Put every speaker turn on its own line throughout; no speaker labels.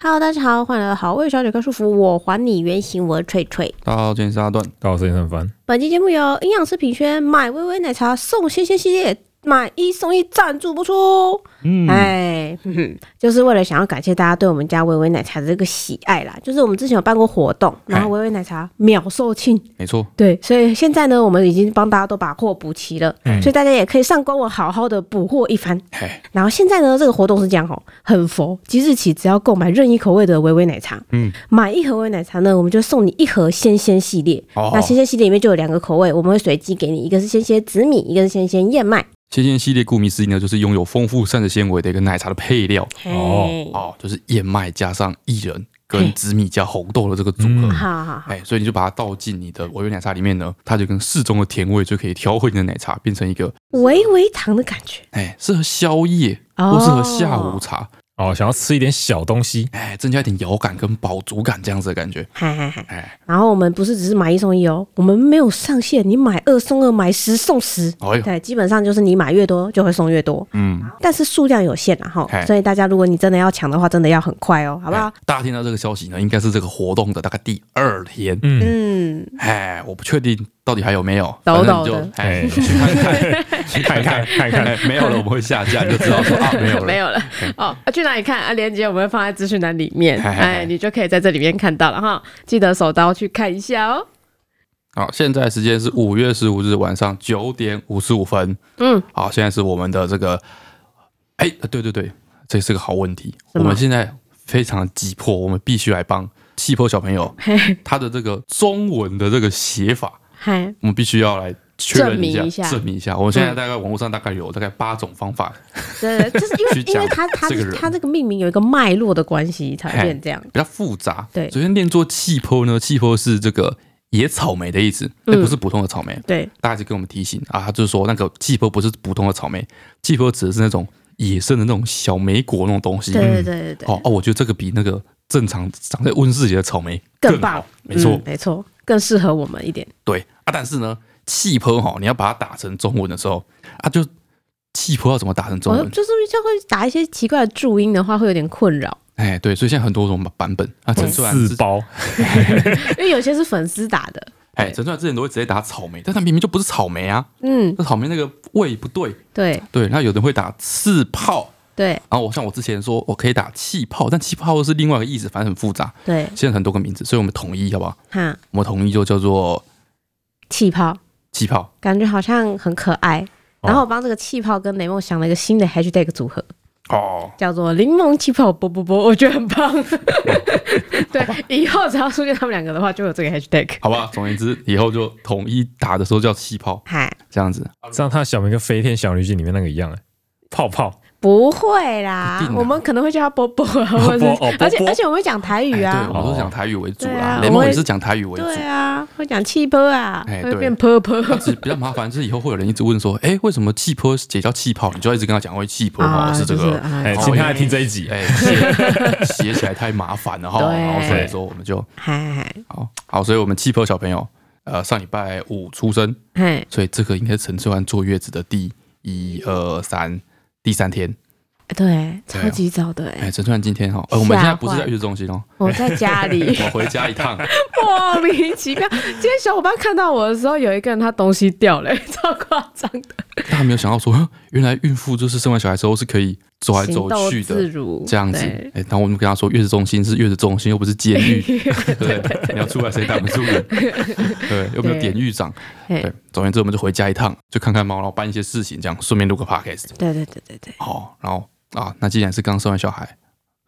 Hello，大家好，欢迎来到好味小姐开束缚，我还你原形，我是翠翠。
大家好，今天是阿段。
大家好，声音很烦。
本期节目由营养师品轩买微微奶茶送鲜鲜系列买一送一赞助播出。
嗯，
哎、哼哼，就是为了想要感谢大家对我们家微微奶茶的这个喜爱啦。就是我们之前有办过活动，然后微微奶茶秒售罄，
没错，
对，所以现在呢，我们已经帮大家都把货补齐了，所以大家也可以上官网好好的补货一番。
嘿，
然后现在呢，这个活动是这样哦，很佛，即日起只要购买任意口味的微微奶茶，嗯，买一盒微微奶茶呢，我们就送你一盒鲜鲜系列。
哦
那鲜鲜系列里面就有两个口味，我们会随机给你，一个是鲜鲜紫米，一个是鲜鲜燕麦。
鲜鲜系列顾名思义呢，就是拥有丰富膳食纤维的一个奶茶的配料
嘿，
哦，就是燕麦加上薏仁跟紫米加红豆的这个组合。
嗯
好好好，
哎，所以你就把它倒进你的维维奶茶里面呢，它就跟适中的甜味就可以调和你的奶茶，变成一个
微微糖的感觉，
哎适合宵夜
哦
或适合下午茶，
哦，想要吃一点小东西，
哎，增加一点咬感跟饱足感这样子的感觉。
嗨嗨嗨。
哎，
然后我们不是只是买一送一哦，我们没有上限，你买二送二，买十送十。
哎呦，
对，基本上就是你买越多就会送越多，
嗯，
但是数量有限啊哈，
嘿
所以大家如果你真的要抢的话，真的要很快哦，好不好
哎？大家听到这个消息呢，应该是这个活动的大概第二天。
嗯，
嗯，
哎，我不确定到底还有没有，
抖
反正
抖
你就
的
哎
哎，
去看看，去看
看一看，
看。
看一看，
哎，没有了，我们会下架，你就知道 说啊，没有了，
没有了哦、啊去哪里看啊？链接我们会放在资讯栏里面，
嗨嗨嗨
哎，你就可以在这里面看到了哈。记得手刀去看一下哦。
好，现在时间是五月十五日晚上九点五十五分。
嗯，
好，现在是我们的这个，哎，对对对，这是个好问题。
什
我
么
们现在非常急迫，我们必须来帮气泡小朋友
嘿，
他的这个中文的这个写法，
嗨，
我们必须要来确认
证明
一
一
下，
下
证明一下。我们现在大概网络上大概有大概八种方法，
对，就是嗯因
去
为
讲
因为它它
这个人
它这个命名有一个脉络的关系，才会变这样。
比较复杂。
对
首先念作气泡呢，气泡是这个野草莓的意思，那不是普通的草莓。
嗯对，
大家就给我们提醒啊，他就是说那个气泡不是普通的草莓，气泡指的是那种野生的那种小莓果那种东西。
对对对对对，
哦哦，我觉得这个比那个正常长在温室里的草莓
更
好
棒，
没错，
嗯没错，更适合我们一点。
对啊。但是呢，气泡哈，你要把它打成中文的时候啊，就气泡要怎么打成中
我
文？
就是就会打一些奇怪的注音的话，会有点困扰，
哎，对，所以现在很多种版本啊，陈出来
四包，
因为有些是粉丝打的。
哎，陈出来之前都会直接打草莓，但它明明就不是草莓啊，
嗯，
那草莓那个味不对。
对
对，那有人会打刺泡，
对
然后我像我之前说，我可以打气泡，但气泡是另外一个意思，反正很复杂。
对，
现在很多个名字，所以我们统一好不好？
哈，
我们统一就叫做
气泡
气泡。
感觉好像很可爱。
哦
然后我帮这个气泡跟雷梦想了一个新的 hashtag 组合，
哦，
叫做“柠檬气泡啵啵啵”，我觉得很棒。
对，以后只要出现他们两个的话，就有这个 hashtag。
好吧。总而言之，以后就统一打的时候叫气泡，
嗨，
这样子。
这样它的小名跟《飞天小女警》里面那个一样，哎，泡泡，
不会啦
一定，的
我们可能会叫他波波啊，或者
波哦
是，而且
波波
而且我们会讲台语
哎对，
啊
我，们都是讲台语为主
对
啦
啊，
雷
我
蒙
会
也是讲台语为主
对。啊，会讲气波啊，
哎
会
对
变波 波
那只是比较麻烦，就是以后会有人一直问说，哎，为什么气泡也叫气泡？你就要一直跟他讲，喂，气泡哦是这
就是
个，
哎
哎，
哦
请他来听这一集，
哎，写 写起来太麻烦了哈。
对
然后所以说我们就
嗨嗨
好好，所以我们气泡小朋友，呃，上礼拜五出生，
嗨，
所以这个应该是陈志完坐月子的第一二三第三天。
对，
对啊
超级早的
哎，
哎，
陈志完今天哈，呃，我们现在不是在月子中心哦，
我在家 里
我回家一趟，
莫名其妙，今天小伙伴看到我的时候，有一个人他东西掉 了，超夸张的，
大家没有想到说， 呵原来孕妇就是生完小孩之后是可以走来走
行动
去
自
的。
如，
这样子，
对
哎、然后我们跟他说，月子中心是月子中心，又不是监 狱，对不对？你要出来谁挡得住人？对，又没有
对
典狱长。
嘿
对，总而言之，我们就回家一趟，就看看猫，然后办一些事情，这样顺便录个 podcast。
对对对对对，
好，然后啊，那既然是刚生完小孩，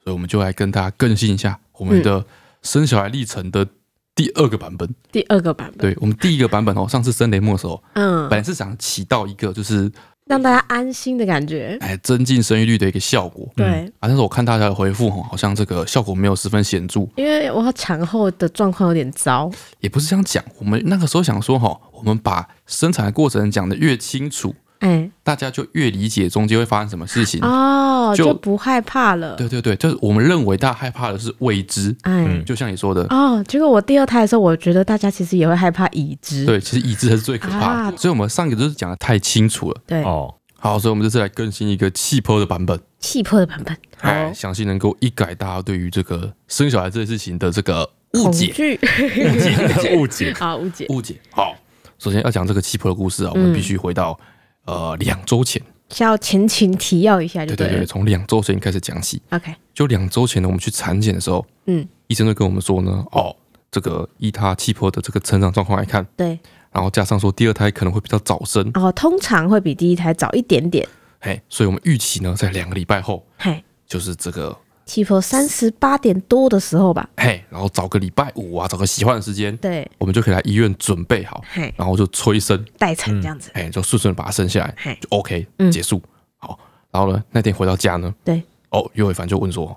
所以我们就来跟大家更新一下我们的生小孩历程的第二个版本。
第二个版本，
对我们第一个版本哦，上次生雷梦的时候，
嗯，
本来是想起到一个就是
让大家安心的感觉，
哎增进生育率的一个效果
对，
啊，但是我看大家的回复哦，好像这个效果没有十分显著，
因为我产后的状况有点糟，
也不是这样讲。我们那个时候想说哈，我们把生产的过程讲得越清楚，
哎，
大家就越理解中间会发生什么事情。
哦，
嗯就
就不害怕了，
对嗯对对，就是我们认为大家害怕的是未知，
嗯
哎，
就像你说的，
哦，结果我第二胎的时候，我觉得大家其实也会害怕已知，
对，其实已知才是最可怕的。
啊
所以我们上一个就是讲的太清楚了，
对，
哦，
好，所以我们这次来更新一个气泡的版本，
气泡的版本，
哎，相信能够一改大家对于这个生小孩这件事情的这个误
恐
解、
惧，
误解，
啊，误解
误解。好，首先要讲这个气泡的故事啊，
嗯
我们必须回到、呃两周前，
先要前情提要一下就
对对
了
对，。从两周前开始讲起。
哎 OK，
就两周前呢，我们去产检的时候，
嗯，
医生就跟我们说呢，哦，这个依他气泡的这个成长状况来看，
对，哦
然后加上说第二胎可能会比较早生，
然后通常会比第一胎早一点点，
哎，所以我们预期呢，在两个礼拜后，
嘿，
就是这个，
气泡三十八点多的时候吧，
嘿，然后找个礼拜五啊，找个喜欢的时间，
对，
我们就可以来医院准备好
嘿，
然后就催生，
待产这样子，
哎，就顺顺地把它生下来，
嘿，
就 OK，
嗯
结束。好，然后呢，那天回到家呢，
对，
哦，岳伟凡就问说，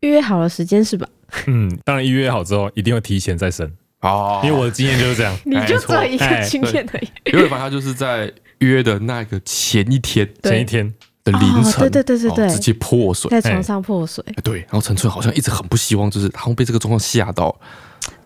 预约好了时间是吧？
嗯，当然预约好之后一定会提前再生，
哦，
因为我的经验就是这样。
你就这一
哎
个经验而已。
岳伟凡他就是在约的那个前一天
对
前一天，
的凌晨，
哦对对对对
哦
对
直接泼水。
在床上破水，
哎对，然后陈春好像一直很不希望，就是他好像被这个状况吓到，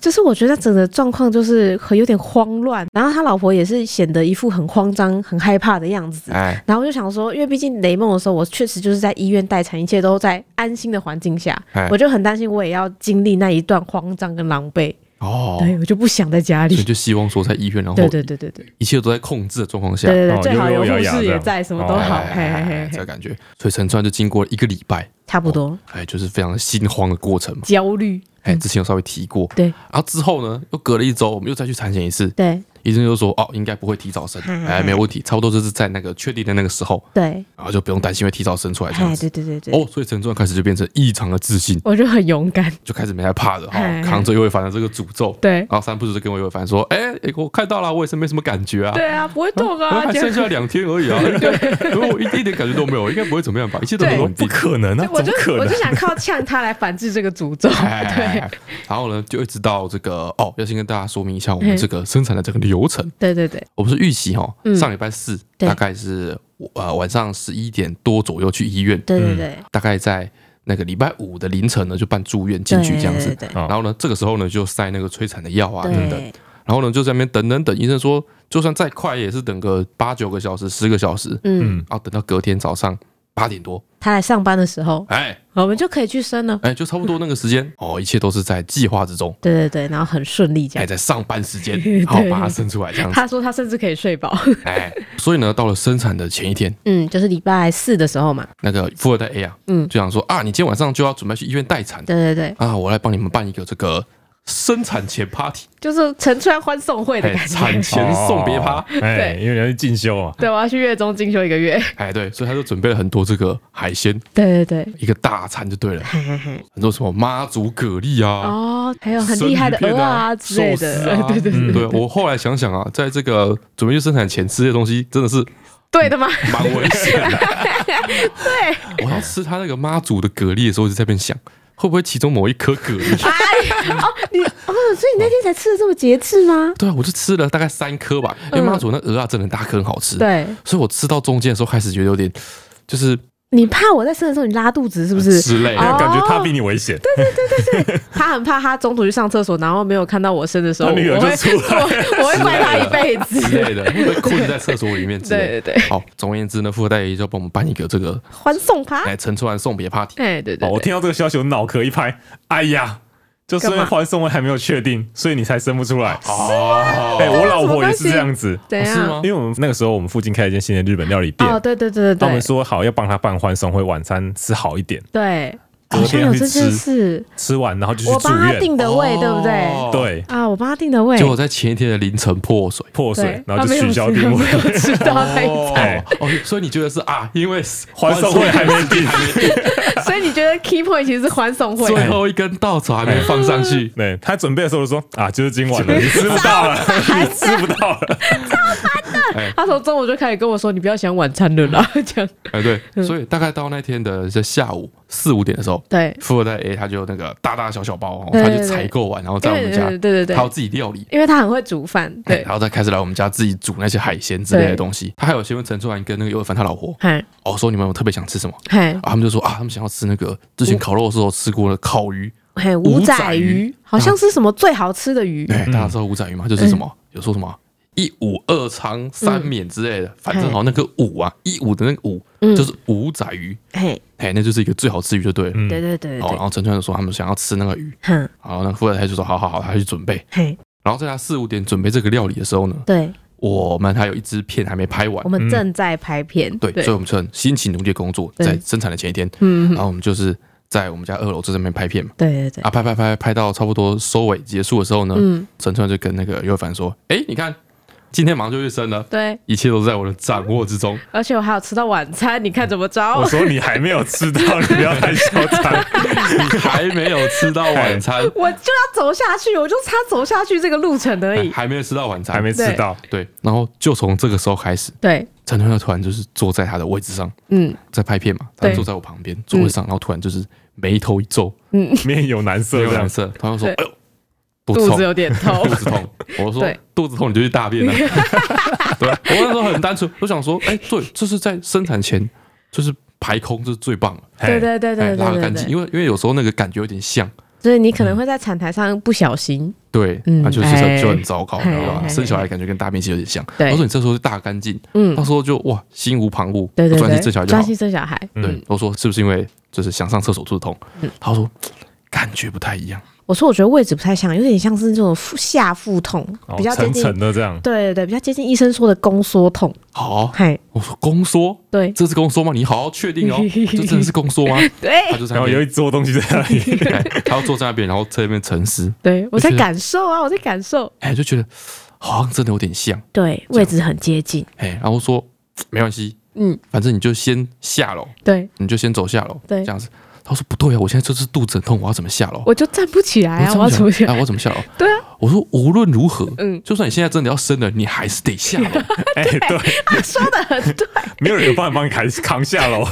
就是我觉得整个状况就是很有点慌乱，然后他老婆也是显得一副很慌张、很害怕的样子。
哎，
然后我就想说，因为毕竟雷梦的时候，我确实就是在医院待产，一切都在安心的环境下
哎，
我就很担心我也要经历那一段慌张跟狼狈，
哦，
对我就不想在家
所以
里。
就希望说在医院，然后啊
对对对对对
一切都在控制的状况下，
对对对，
哦
最好有
悠悠
护
雅雅
士
这
也
样
在，什么都
哦
好，
哎
嘿嘿
哎哎
嘿
哎
嘿，
这个感觉。所以陈川就经过了一个礼拜，
差不多
哎，就是非常心慌的过程嘛。
焦虑，
哎，之前有稍微提过，
对
然后之后呢，又隔了一周，我们又再去产检一次，
对
医生就说哦，应该不会提早生，
嗨
哎，没有问题，差不多就是在那个确定的那个时候，
对，
然后就不用担心会提早生出来这样
哎
子。
对对对对，
哦，所以陈川开始就变成异常的自信，
我就很勇敢，
就开始没在怕了哈哦
嗨，
扛着尤伟凡的这个诅咒。
对
然后三不时就跟我尤伟凡说：“哎、哎我看到了，我也是没什么感觉啊，
对啊，不会痛
哎
啊，
还
结
剩
果
下两天而已啊，应该 我一一点感觉都没有，应该不会怎么样吧，一切都很
对
我
稳
不
定。”
可能啊，
我
怎么
就
可
我
能
就？想靠呛他来反制这个诅咒。对
哎，然后呢，就一直到这个哦，要先跟大家说明一下我们这个生产的这个流程。
对对对，
我们是预期哈、哦，上礼拜四
嗯对
大概是呃晚上十一点多左右去医院，
对对对，
大概在那个礼拜五的凌晨呢就办住院进去这样子
对。对对
哦
然后呢，这个时候呢就塞那个催产的药啊等等，
对
然后呢就在那边等等等，医生说就算再快也是等个八九个小时、十个小时，
嗯，
然后等到隔天早上八点多，
他来上班的时候，
哎
我们就可以去生了。
哎就差不多那个时间
嗯
哦，一切都是在计划之中，
对对对，然后很顺利这
哎
样。
在上班 时间，然后把它生出来这样子，
他说他甚至可以睡饱，
哎，所以呢到了生产的前一天，
嗯，就是礼拜四的时候嘛。
那个富二代 A 啊，
嗯
就想说啊，你今天晚上就要准备去医院待产
对对对，
啊，我来帮你们办一个这个生产前 party，
就是陈川欢送会的
哎，
感觉。
产前送别趴
哦，哎，
对哦
因为人家进修啊，
对，我要去月中进修一个月。
哎，对，所以他就准备了很多这个海鲜，
对对对，
一个大餐就对了，
嘿嘿嘿。
很多什么妈祖蛤蜊啊，
哦，还有很厉害的
生鱼
鹅
片
啊之类
寿 司
的。
啊，对对
对
对，我后来想想啊，在这个准备去生产前吃这些东西真的是
对的吗？
蛮危险 的。对，我要吃他那个妈祖的蛤蜊的时候，我就在那边想，会不会其中某一颗蛤
哎
蜊？
哦，所以你那天才吃的这么节制吗？
对啊，我就吃了大概三颗吧，因
嗯
为妈祖那鹅啊真的很大颗，很好吃。
对，
所以我吃到中间的时候开始觉得有点，就是
你怕我在生的时候你拉肚子是不啊是？
之类的。
因为感觉他比你危险，
他很怕他中途去上厕所，然后没有看到我生的时候，
他
我
女儿
会
就出来了。
我会怪他一辈子。
之类的，会被困在厕所里面之 类
对对
的。
对，
好，总而言之呢，富二代也就帮我们办一个这个
欢送趴，
哎陈春兰送别 party。
哎，对对
哦，我
对，
听到这个消息，我脑壳一拍，哎呀，就是因为
干嘛
怀送位还没有确定，所以你才生不出来。
哦，
哎，我老婆也是
什么关系
这样子，
怎
啊
是吗
样？
因为我们那个时候我们附近开了一间新的日本料理店
哦，，对对对
他
对
们
对
说好要帮他办欢送会，晚餐吃好一点，
对，
好
隔
像
天
有
要去
这件
吃，
事。
吃完然后就去
我
住
帮他
院，
定的位，对不对？
哦。
对，
啊，我帮他定的位
结。果在前一天的凌晨破水。
破水
对，
然后
他
就
没有
取消
吃
定位
没。有 吃到那一
哦
哎
哦，所以你觉得是啊，因为
欢送会还没定，
餐，所以你觉得 key point 其实是欢送 会？
最后一根稻草还没放上去，
对他准备的时候就说啊，就是今 晚了，你吃不到了，你吃不到了。
他从中午就开始跟我说：“你不要想晚餐了啦。” 这样
哎，对，
嗯
所以大概到那天的这下午四五点的时候，
对，
富二代 A 他就那个大大小小包哦，
对
他
对
就采购完，然后在我们家，
对对对对
他要自己料理，
因为他很会煮饭，
哎
对
然，后再开始来我们家自己煮那些海鲜之类的
对
东西。他还有先问陈春兰跟那个尤伟凡他老婆，
嗨
哦，说你们有特别想吃什么？
嗨
啊，他们就说啊，他们想要吃那个之前烤肉的时候吃过的烤鱼。
嘿，
五
五
仔
仔
鱼嗯
鱼好像是什么最好吃的鱼，
嗯
哎，大家知道五仔鱼吗？就是什么有说什么一五二仓三免之类的，
嗯
反正好像那个五啊，一五的那个五
嗯
就是五仔鱼，
嘿，
哎，那就是一个最好吃鱼就对了。
嗯
对对对对
哦，然
对，
后陈川就说他们想要吃那个鱼，
哼，
然后那个富二代就说好好好，他去准备。
嘿，
然后在他四五点准备这个料理的时候呢，
对，
我们还有一支片还没拍完
我，们正在拍片，
对，所以我们就很辛勤努力的工作，
对
在生产的前一天，
嗯
然，后我们就是在我们家二楼这上面拍片嘛，
对对对，
啊，拍拍拍拍到差不多收尾结束的时候呢，
嗯，
陈川就跟那个尤凡说，哎，你看今天马上就月升了，
对，
一切都在我的掌握 之中。
而且我还有吃到晚餐，你看怎么
我
哦
着？
说你还没有吃到，你不要太嚣张。
你还没有吃到 晚餐
，我就要走下去，我就差走下去这个路程而已。
还没有吃到晚餐，
还没吃到，
对。然后就从这个时候开始，
对，
陈川突然就是坐在他的位置上，
嗯，
在拍片嘛，他
对
坐在我旁边座位上，然后突然就是眉头一皱，
面有难色
没
这
有
样
蓝。色，他就说：“哎
对
呦，肚子
肚
痛
子，有点痛
肚。子痛。”我说
对：“
肚子痛你就去大便啊。”对，啊我那时候很单纯，我想说：“哎，对，这是在生产前，就是排空，这是最棒的，
对
嘿
对对
哎
对
拉个
对对
干净。”
对，
因为因为有时候那个感觉有点像。
所以你可能会在产台上不小心，
对，
嗯
那就是
哎
就很糟糕，你知道
嘿嘿
吧？
嘿
生小孩感觉跟大便其实有点像。
对
我说你这时候就大干净，
嗯
到，时候就哇心无旁骛，
对对
专心
对
治，疗就
专
好嗯
心。生小
嗯
孩。
对，我说是不是因为就是想上厕所肚子痛？他说感觉不太一样，
我说我觉得位置不太像，有点像是这种腹下腹痛，
哦
比较接
沉
近，
沉的这样。
对对对，比较接近医生说的宫缩痛。
好，啊
嘿，
我说宫缩，
对
这是宫缩吗？你好好确定 哦，这真的是宫缩吗？他
对
就在
然
那
后有
边
一，桌东西在那里，
哎他要坐在那边，然后在那边沉思，
对，我在
就是
感受啊，我在感受。
哎，就觉得好像真的有点像，
对，位置很接近。
哎，然后说没关系，
嗯，
反正你就先下楼，
对，
你就先走下楼，
对
这样子。他说不对啊，我现在就是肚子很痛，我要怎么下楼？
我就站不起来啊，
这
我
么
要出去
想哎，。我怎么下楼？
对啊，
我说无论如何，
嗯
就算你现在真的要生了，你还是得下楼，
哎，对，
啊
他说的很 对，
没有人有办法帮你扛扛下楼。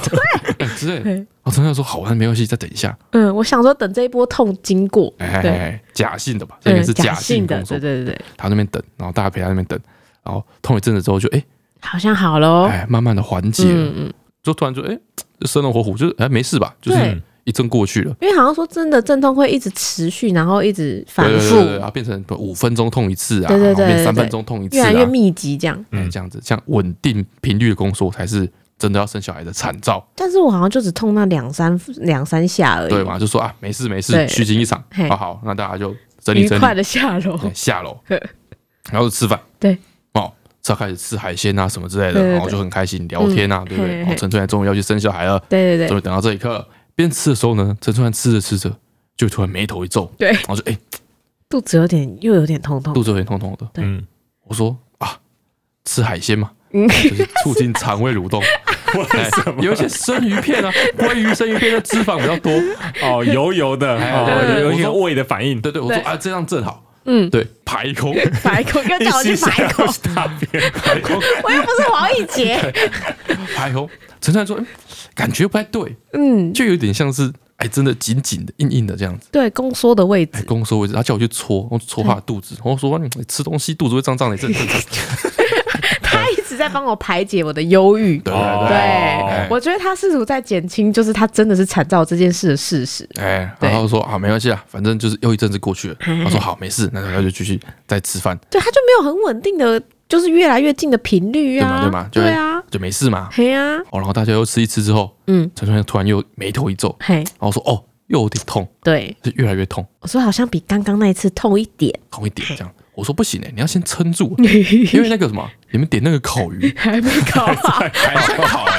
哎之类的。
对
然后陈亮说：“好，那没关系，再等一下。
嗯，我想说等这一波痛经过，
哎”哎，
对，
哎假性的吧，这应该
嗯
是，
假
性
性的，
工作
对对对对，
他那边等，然后大家陪他那边等，然后痛一阵子之后就哎
好像好喽，
哎，慢慢的缓解了，
哦嗯嗯，
就突然就哎就生龙活虎，就是哎没事吧，就是
对
一阵过去了，
因为好像说真的，阵痛会一直持续，然后一直反
对对
复
对，对对然后变成五分钟痛一次啊，
对对
然后
对
变
对
三分
对
钟痛一次
越
啊
来越，密集这样。
哎这样子，像稳定频率的宫缩才是真的要生小孩的惨兆。
但是我好像就只痛那两三两三下而已。
对嘛，就说啊，没事没事，
对
虚惊一场，
嘿
好好，那大家就整理
愉
整
快
理，
的下楼，
对哎下楼，
呵
然后就吃饭，
对，
哦，再开始吃海鲜啊什么之类的，
对对
然后就很开心聊天啊，对不
嘿
对？
嘿
然后陈春兰终于要去生小孩了，
对对
终
对
于等到这一刻了。边吃的时候呢，陈春兰吃着吃着就突然眉头一皱，
对，
然后就哎，
肚子有点又有点痛痛
肚。子有点痛痛的。
嗯，
我说啊，吃海鲜嘛，
嗯
就是促进肠胃蠕 动。哎
为什么？
有一些生鱼片啊，鲑鱼、生鱼片的脂肪比较多，
哦，油油的，
哎
哦，
对
有有一些
我说
胃的反应，
对对，我说
对
啊，这样正好，
嗯，
对，排空。
白口又
一
叫我去
吸下
白
来要，
口
去大便，
排空，
我又不是王一 杰，
排空。陈川说、嗯感觉不太对，
嗯，
就有点像是哎，真的紧紧的、硬硬的这样子。
对，宫缩的位
哎，
置。
宫缩位置，他叫我去搓，我搓他的肚子，然后说、嗯吃东西肚子会胀胀的，这这这，
他一直在帮我排解我的忧郁。
对
哦
对对，
对
哎，
我觉得他试图在减轻，就是他真的是惨遭这件事的事实。
哎，
对
然后说啊，没关系啊，反正就是又一阵子 过去了。
嗯
他说好，没事，那他就继续再吃饭，
对，它就没有很稳定的，就是越来越近的频率
对吗？
啊，
对吗？就
对啊，
就没事嘛。
嘿啊，
哦，然后大家又吃一吃之后，
嗯，
陈川突然又眉头一皱，
嘿，
然后说哦，又有点痛，
对，
就越来越痛，
我说好像比刚刚那一次痛一点，
痛一点这样。我说不行哎、你要先 撑住，因为那个什么，你们点那个烤鱼，
还没搞好，
还烤哎、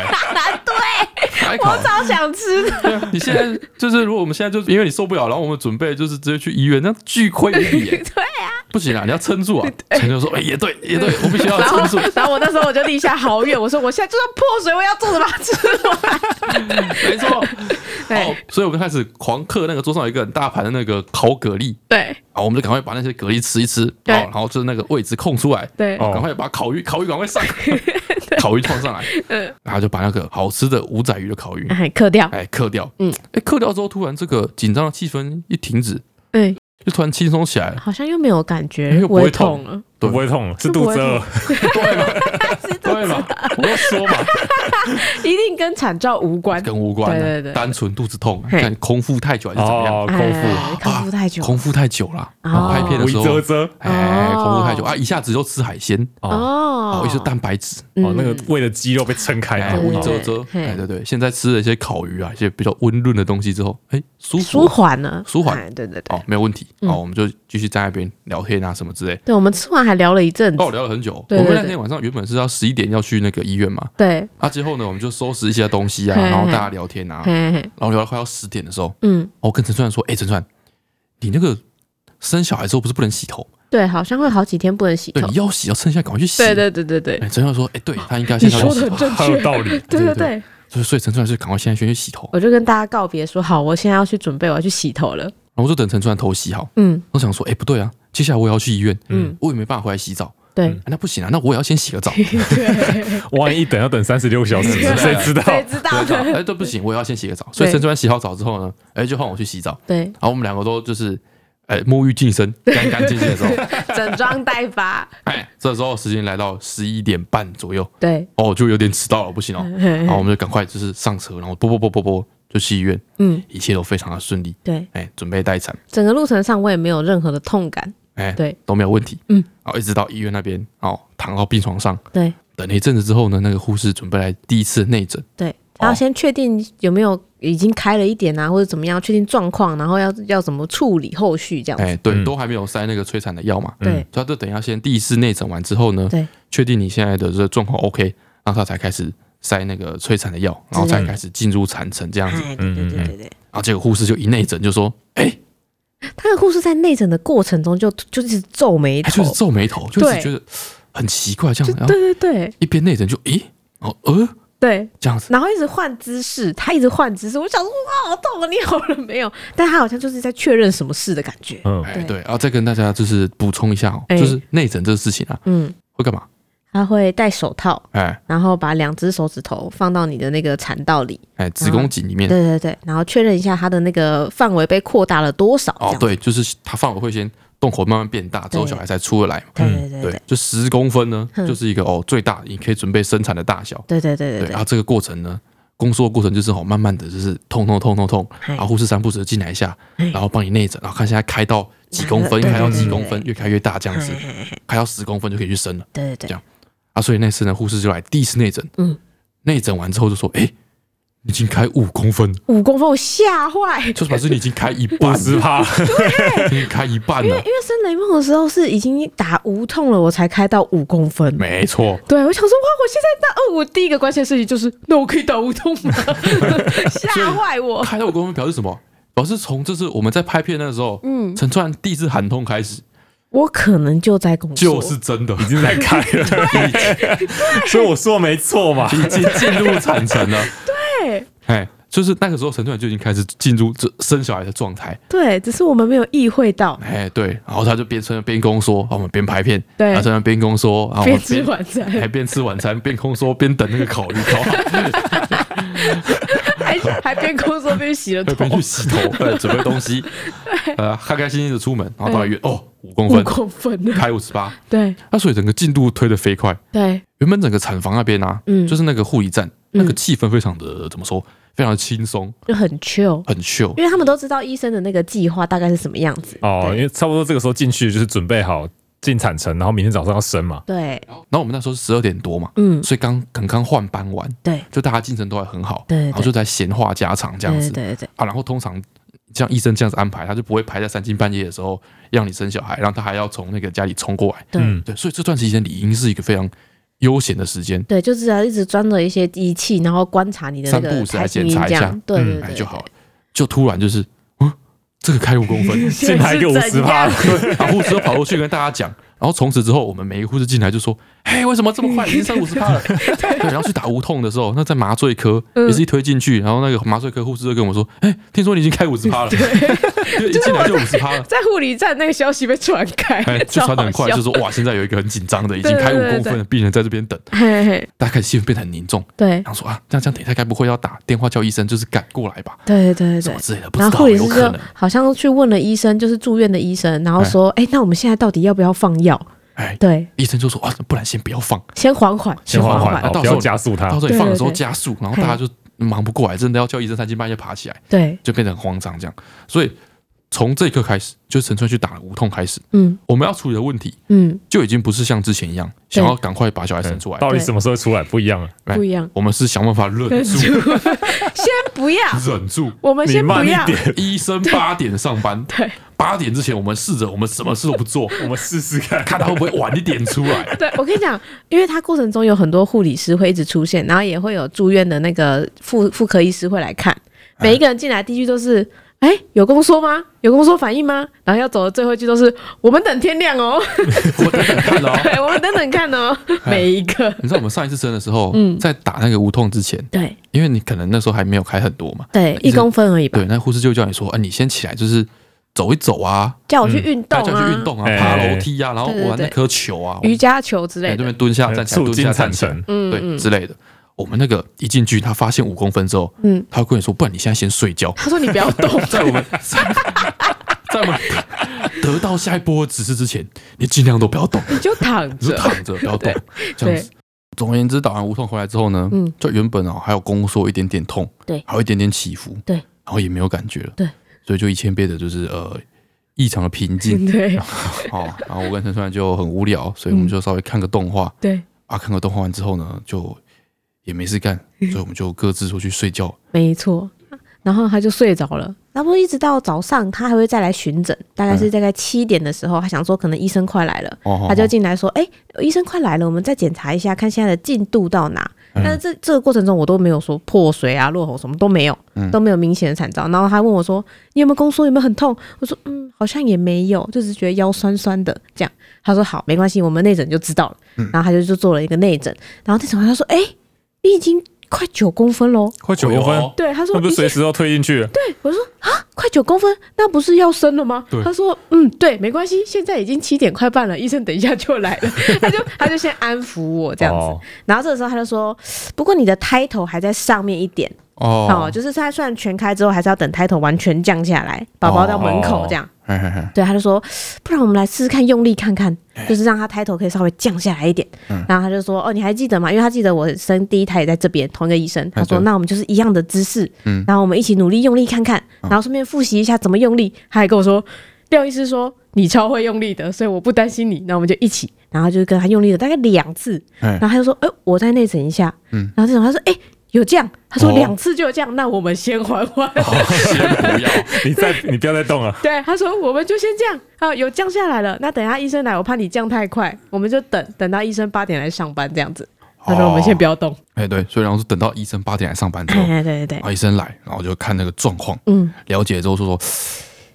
还烤
我。超 想吃的。
对啊你现在就是，如果我们现在就是因为你受不了，然后我们准备就是直接去医院，那巨亏一笔、 欸。
对啊，
不行啊，你要撑住啊。陈就说：“哎、也对，也对，我必须要撑 住。
然后我那时候我就立下豪愿，我说我现在就算破水，我也要坐着把它吃完。
没错。
对
哦，所以我们开始狂嗑那个桌上有一个很大盘的那个烤蛤蜊
对
啊，我们就赶快把那些蛤蜊吃一吃，哦，
对
然后就是那个位置空出来，哦
对
赶快把烤鱼烤鱼赶快上， 烤鱼放上来，
嗯
然后就把那个好吃的五仔鱼的烤鱼
哎，刻掉，
哎嗑掉，嗯
嗯，
哎嗑掉之后，突然这个紧张的气氛一停止，
哎，
就突然轻松起来了。
好像又没有感觉
哎，又不会
我也痛了，啊
对
不会痛，是肚子饿，
对嘛？我就说嘛，
一定跟产兆无关。
跟无关啊，
对对对
单纯肚子痛，啊
嘿
看空腹太久还是怎么样？哎
哦空腹
哎空腹太久，
空腹太久了，
哦
拍片的
微
时
啧
候，
啧
哎，空腹太久啊，一下子就吃海鲜，
哦
哦
哦，一些蛋白质，
哦，那个胃的肌肉被撑开
哎，
了，
微
对
啧
对
啧，
嘿
哎，对对，现在吃了一些烤鱼啊，一些比较温润的东西之后，哎，舒服
舒嗯
啊，
缓呢，
舒缓
哎对对对
哦，，没有问题，哦，我们就继续在那边聊天啊，什么之类。
对我们吃完还聊了一阵子
哦，，聊了很久。我
对对
们
对
那天晚上原本是要十一点要去那个医院嘛，
对，
啊，之后呢，我们就收拾一些东西啊，
嘿嘿
然后大家聊天啊，然
嘿嘿，
后聊到快要十点的时候，
嗯，
我跟陈川说：“哎，陈川，你那个生小孩之后不是不能洗头？
对，好像会好几天不能洗
对，
头
你，要洗要趁现在赶快去洗。”
哦对对对对对，
哎，陈川说：“哎，对他应该
你
现在要
说
去
的
洗
很
头。
正
很哦有
确，
道理。
对
对对
对
对，”
所以，所以陈川就赶快现在先去洗头。
我就跟大家告别说，好，我现在要去准备，我要去洗头了，
然后我就等陈川头洗好，
嗯
我想说：“哎，不对啊，接下来我也要去医院，
嗯，
我也没办法回来洗澡。
对，
哎那不行啊，那我也要先洗个澡。对
万一等要等三十六小时，
啊对
谁知道？
谁知道
啊哎，对，不行，我也要先洗个澡。所以
对
陈川洗好澡之后呢，哎，就换我去洗澡。
对，
然后我们两个都就是，哎、沐浴净身，干干净净 的时候，
整装待发，
哎，这时候时间来到十一点半左右，
对，
哦，就有点迟到了，不 行哦，然后我
好，
们就赶快就是上车，然后啵啵啵啵啵就去医院，
嗯，
一切都非常的顺利，
对，
哎，准备待产，
整个路程上我也没有任何的痛感，
哎，
对，
都没有问题，
嗯，
然后一直到医院那边，哦，躺到病床上，
对
等了一阵子之后呢，那个护士准备来第一次内诊，
对，然后先确定有没有已经开了一点啊，或者怎么样，确定状况，然后要要怎么处理后续这样子，
哎，对，
嗯
都还没有塞那个催产的药嘛，嗯
对
所以他就等一下先第一次内诊完之后呢，
对，
确定你现在的这个状况 OK，然后他才开始塞那个催产的药，然后
之类
才
的
开始进入产程这样子。
哎，对对对对对，
然后结果护士就一内诊就说：“哎、
他的护士在内诊的过程中就就是皱眉
他
头
就是，皱眉头，就是
对
觉得很奇怪这样。”然后
对对对
一边内诊就咦、哦呃
对，
这样子，
然后一直换姿势，他一直换姿势，我想说哇，好痛了，你好了没有？但他好像就是在确认什么事的感觉。
嗯，
哎
对
对，然后再跟大家就是补充一下哦，
哎
就是内诊这事情啊
嗯，
会干嘛？
他会戴手套，
哎
然后把两只手指头放到你的那个产道里，
哎，子宫颈里面
对对对，然后确认一下它的那个范围被扩大了多少，这
哦
样子。
对，就是它范围会先洞口慢慢变大，之后
对
小孩才出得来嘛。
对对对
对，嗯就十公分呢，
嗯
就是一个哦最大你可以准备生产的大小。
对对对对
对，啊
对
然后这个过程呢，宫缩的过程就是哦，慢慢的就是痛痛痛痛痛，
嘿
然后护士三步时进来一下，
嘿
然后帮你内诊，然后看现在开到几公分，
对
开到
对
几
对
公分，
对
越开越大这样子
嘿，嘿嘿
开到十公分就可以去生了
对对
这
对
样啊。所以那次呢，护士就来第一次内诊，
嗯，
内诊完之后就说，哎，你已经开五公分 了，
五公分，我吓坏，因
就是表示你已经开一
五
半
十
了，
趴，
已经开一半 了，
为生雷梦的时候是已经打无痛了，我才开到五公分。
没错。
对，我想说哇，我现在打
呃
哦，我第一个关键事情就是，那我可以打无痛 吗？吓坏
哦
我！
开到五公分表示什么？表示从就是我们在拍片那时候，嗯，陈川第一次喊痛开始，
我可能就在工作，
就是真的，
已经在开 了，所以我说没错嘛，
已经进入产程了。对，哎，就是那个时候陈俊远就已经开始进入这生小孩的状态。
对，只是我们没有意会到，
哎，对，然后他就边吹边跟我说，哦然后我们边拍片，
对
然后陈边跟我说，啊然后我
边
们
吃晚 餐
还边吃晚餐，边空说边等那个烤鱼烤好，
还还边工作边洗了头
边，去洗头，对，准备东西，呃，开开心心的出门，然后到医院，哦，五公
五
分，
公分了。
开五十八，
对
那所以整个进度推得飞快。
对，
原本整个产房那边啊，
嗯
就是那个护理站，那个气氛非常的怎么说，非常的轻松，
就很 chill，
很 chill，
因为他们都知道医生的那个计划大概是什么样子。
哦，因为差不多这个时候进去就是准备好进产程，然后明天早上要生嘛，
对，
然后我们那时候是十二点多嘛，
嗯，
所以刚可能刚换班完，
对，
就大家精神都还很好，
对对对
然后就在闲话家常这样子
对对对对，
啊。然后通常像医生这样子安排，他就不会排在三更半夜的时候让你生小孩，然后他还要从那个家里冲过来。
对
嗯
对，所以这段时间理应是一个非常悠闲的时间，
对，就只要一直装着一些仪器，然后观察你的那
散
个
步时还
胎
检
心
查一
这
下
样，对对
嗯
哎
对，
就好了。就突然就是，嗯，这个开五公 分，
进来一个五十趴，
然后护士就跑过去跟大家讲，然后从此之后，我们每一个护士进来就说：“嘿，为什么这么快？已经升五十趴了。” 对，然后去打无痛的时候，那在麻醉科
嗯
也是一推进去，然后那个麻醉科护士就跟我说：“哎，听说你已经开五十趴了。”因为一进来就五十趴了。
在护理站那个消息被传 开，
哎，就
超
传的
好
很快，
笑
就说哇，现在有一个很紧张的，已经开五
对对对
公分的病人在这边等，
嘿嘿，
大家开始气氛变得很凝重，
对
然后说啊，这样这样，等一下该不会要打电话叫医生，就是赶过来吧，
对对对
什
对
么。之类的，不
然
知
后护
道
理
有
师
可
就
能，
哎好像去问了医生，就是住院的医生，然后说：“哎、那我们现在到底要不要放药？”
哎，
对，
医生就说啊，不然先不要放，
先缓缓，
先缓
缓
缓，好
到
不
时候
要加速它
到时。候你放的时候
对对对
加速，然后大家就忙不过来，真的要叫医生三更半夜爬起来，
对，
就变得很慌张这样。所以从这一刻开始，就陈川去打了无痛开始，
嗯
我们要处理的问题
嗯，
就已经不是像之前一样想要赶快把小孩生出来，
到底什么时候会出来不一样了？
哎
不一样，
我们是想办法 忍
忍
住，
住，先不要，
忍住。
我们
你
先不
慢一
要，
点，
医生八点上班，
对
八点之前我们试着我们什么事都不 做，
我们试试看。
看他会不会晚一点出来。
对，我跟你讲，因为他过程中有很多护理师会一直出现，然后也会有住院的那个妇妇科医师会来看，每一个人进来第一句都是。哎、有宫缩吗？有宫缩反应吗？然后要走的最后一句都是我们等天亮哦，
我等等看哦。
对，我们等等 看哦。每一个，
你知道我们上一次生的时候，
嗯
在打那个无痛之前，
对
因为你可能那时候还没有开很多嘛，
对，
一
一
直
公分而已吧
对，，那护士就叫你说，啊，你先起来，就是走一走啊，
叫我去运动
大家去
啊，
运动啊，
哎
爬楼梯啊，然后
对对
玩那
对
颗球啊，
瑜伽球之
哎
类
这
的，
边蹲下站起来，
促
蹲
进
下
产
站起来，
程，
嗯
对
嗯。
之类的。我们那个一进去，他发现五公分之后，
嗯
他会跟你说，不然你现在先睡觉。
他说你不要动，
在我 们在我们得到下一波指示之前，你尽量都不要动，
你就躺
你就
着。
躺着不要动
对，
这样子。总而言之，打完无痛回来之后呢，
嗯
就原本啊还有宫缩一点点痛，
对
还有一点点起伏，
对
然后也没有感觉了，
对，
所以就一千倍的就是呃异常的平静
对嗯
哦。然后我跟陈川就很无聊，所以我们就稍微看个动画
对，
啊，看个动画完之后呢，就也没事干，所以我们就各自出去睡觉。
没错。然后他就睡着了，
然后一直到早上，他还会再来巡诊，大概是大概七点的时候，他想说可能医生快来了，
嗯哦，
他就
哦
进来说：“哎、医生快来了，我们再检查一下，看现在的进度到哪。”
嗯
但是这这个过程中，我都没有说破水啊、落红什么都没有，
嗯
都没有明显的惨兆。然后他问我说：“你有没有宫缩？有没有很痛？”我说：“嗯，好像也没有，就只是觉得腰酸酸的这样。”他说：“好，没关系，我们内诊就知道了。”
嗯
然后他就就做了一个内诊，然后内诊完他说：“哎、你已经快九公分喽
快九公
哦
分，
对他说
那不
已
是
经
随时都推进去了？
我说啊，快九公分，那不是要生了吗
对？
他说嗯，对，没关系，现在已经七点快半了，医生等一下就来 了，他就他就先安抚我这样子。
哦
然后这个时候他就说：“不过你的 title 还在上面一点。”哦，
哦，
就是它虽然全开之后，还是要等抬头完全降下来，宝宝到门口这样。
嘿嘿嘿，
对，他就说，不然我们来试试看，用力看看，
哎
就是让他抬头可以稍微降下来一点。
嗯
然后他就说，哦，你还记得吗？因为他记得我生第一胎也在这边，同一个医生。他说，
对
那我们就是一样的姿势，
嗯哦
然后我们一起努力用力看看，然后顺便复习一下怎么用力。他还跟我说，
廖医师说你超会用力的，所以我不担心你，那我们就一起。
然后就跟他用力了大概两次，
哎
然后他就说，哎、我再内诊一下。
嗯
然后这种他说，哎、有这样，他说
哦
两
两次就这样，那我们先缓缓。
先不要，
你再你不要再动了，
对，他说我们就先这样啊，有降下来了，那等一下医生来，我怕你降太快，我们就等等到医生八点来上班这样子。 他说我们先不要动，
哎对，所以然后是等到医生八点来上班之后，
哎， 对对对
然，后医生来，然后就看那个状况，
嗯，
了解之后说说，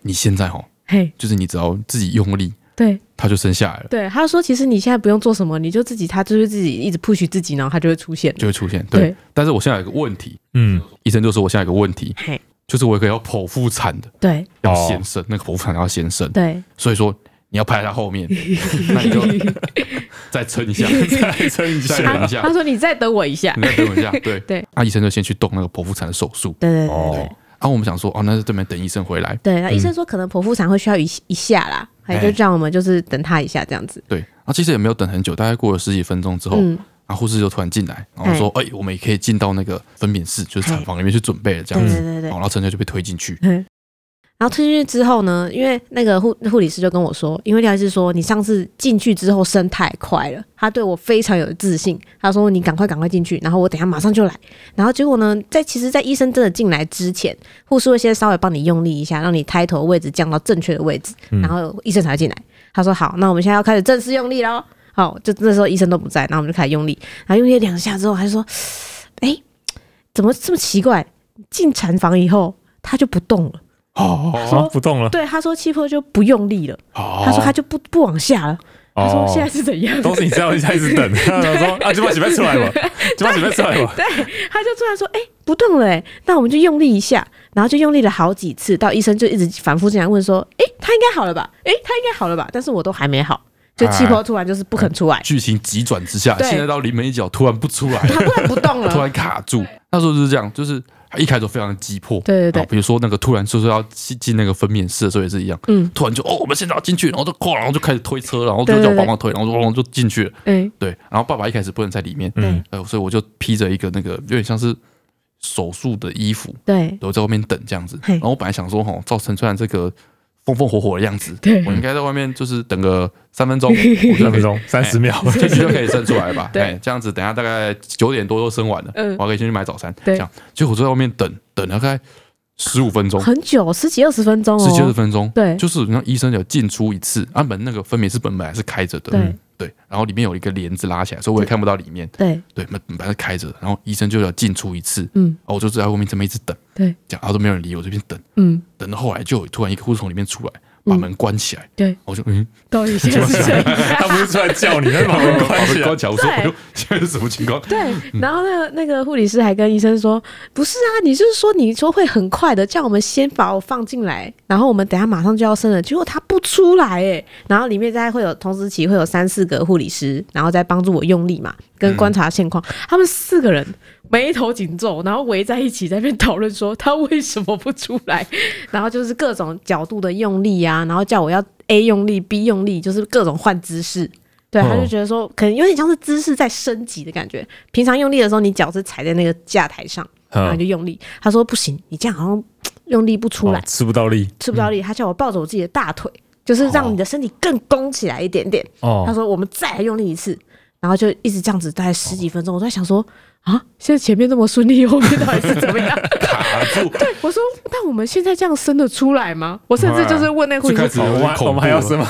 你现在哦，
嘿，
就是你只要自己用力，
对
它就生下来了，
对，他说其实你现在不用做什么，你就自己，他就是自己一直 push 自己，然后他就会出现。
就会出现。对
对，
但是我现在有个问题，
嗯，
医生就说我现在有个问题
嘿，
就是我有个要剖腹产的
对
要
哦
先生，那个剖腹产要先生，
对，
所以说你要排在他后面，那你就再撑一下，
再撑一
再
下，
忍一下嗯
他，说你再等我一下
你，再等我一下，对
对，
那医生就先去动那个剖腹产的手术。
对对对。
哦，
然后我们想说，哦，那就这边等医生回来，
对，那医生说可能剖腹产会需要一一下啦，他
嗯
就
哎
让我们就是等他一下这样子。
对，那其实也没有等很久，大概过了十几分钟之后，
嗯
然后护士就突然进来，然后说：“哎、我们也可以进到那个分娩室，就是产房里面去准备了这
对
样子。
对对对
哦，。然后陈秋就被推进去，
然后推进去之后呢，因为那个护护理师就跟我说，因为廖医师说你上次进去之后生太快了，他对我非常有自信，他说你赶快赶快进去，然后我等一下马上就来。然后结果呢，在其实，在医生真的进来之前，护士会先稍微帮你用力一下，让你胎头位置降到正确的位置，然后医生才会进来。他说好，那我们现在要开始正式用力喽。好，就那时候医生都不在，然后我们就开始用力，然后用力了两下之后，他就说， 哎，怎么这么奇怪？进产房以后，他就不动了。
哦
好不动了，
对，他说气魄就不用力了，
哦，
他说他就不不往下了，
他说
哦，
现在是怎样？
都是你这样一下一直等，他说啊，就把准备出来吧，就把准备出来吧，
他就突然说，哎、不动了、哎，那我们就用力一下，然后就用力了好几次，到医生就一直反复这样问说，哎、他应该好了吧？哎、他应该好了吧？但是我都还没好。就气泡突然就是不肯出来，
剧情急转直下，
对
现在到临门一脚突然不出来了
他 突然不动
突
嗯
了，
然卡住。那时候就是这样，就是一开始非常的急迫，
对对对
啊比如说那个突然说说要进进那个分娩室的时候也是一样，
嗯，
突然就哦，我们现在要进去，然后就哐，然后就开始推车，然后
对
就
对
叫
对
帮忙推，然后就咣就进去了，
哎，
对。然后爸爸一开始不能在里面，
嗯，
呃，所以我就披着一个那个有点像是手术的衣服，
对，
我在外面等这样子。
嘿
然后我本来想说，吼，造成虽然这个风风火火的样子，
对
我应该在外面就是等个三分钟，我就
三
可
分
以
钟三十秒，
这局就可以生出来了吧？
对
哎，这样子，等一下大概九点多就生完了，
嗯
我还可以先去买早餐。
对
这样，结果我就在外面等等了大概十五分钟，
很久，十几二十分钟哦，
十几二十分钟，
对
就是你看医生有进出一次，啊门那个分娩室门本来是开着的，
对
嗯对，然后里面有一个帘子拉起来，所以我也看不到里面，
对
对，门门本来是开着的，然后医生就要进出一次，
嗯，
哦，我就在后面这么一直等，
对，
这样，然后都没有人理我，这边等，
嗯，
等到后来就有突然一个护士从里面出来，把门关起来，
对，
我就嗯，
到底现在是这样？
他不是出来叫你，他是把门关
门
起来
关。起来，我说哎
对
我就现在是什么情况？
对，然后那个那个护理师还跟医生说：“不是啊，你就是说你说会很快的，叫我们先把我放进来，然后我们等下马上就要生了，结果他不出来哎。然后里面大概会有同时期会有三四个护理师，然后再帮助我用力嘛，跟观察现况。他们四个人眉头紧皱，然后围在一起在那边讨论说他为什么不出来，然后就是各种角度的用力啊，然后叫我要 A 用力、B 用力，就是各种换姿势。对，他就
哦
觉得说，可能有点像是姿势在升级的感觉。平常用力的时候，你脚是踩在那个架台上，然后你
嗯
就用力。他说不行，你这样好像用力不出来
哦，吃不到力
吃不到力。他叫我抱着我自己的大腿，就是让你的身体更弓起来一点点。他
哦，
说我们再来用力一次，然后就一直这样子，大概十几
哦
分钟。我在想说啊，现在前面那么顺利，后面到底是怎么样？
卡住，
对，我说那我们现在这样生得出来吗？我甚至就是问那护
最
理
开
师，
始
我
有
们
点
还
恐
我们还
怖
要
了
生吗？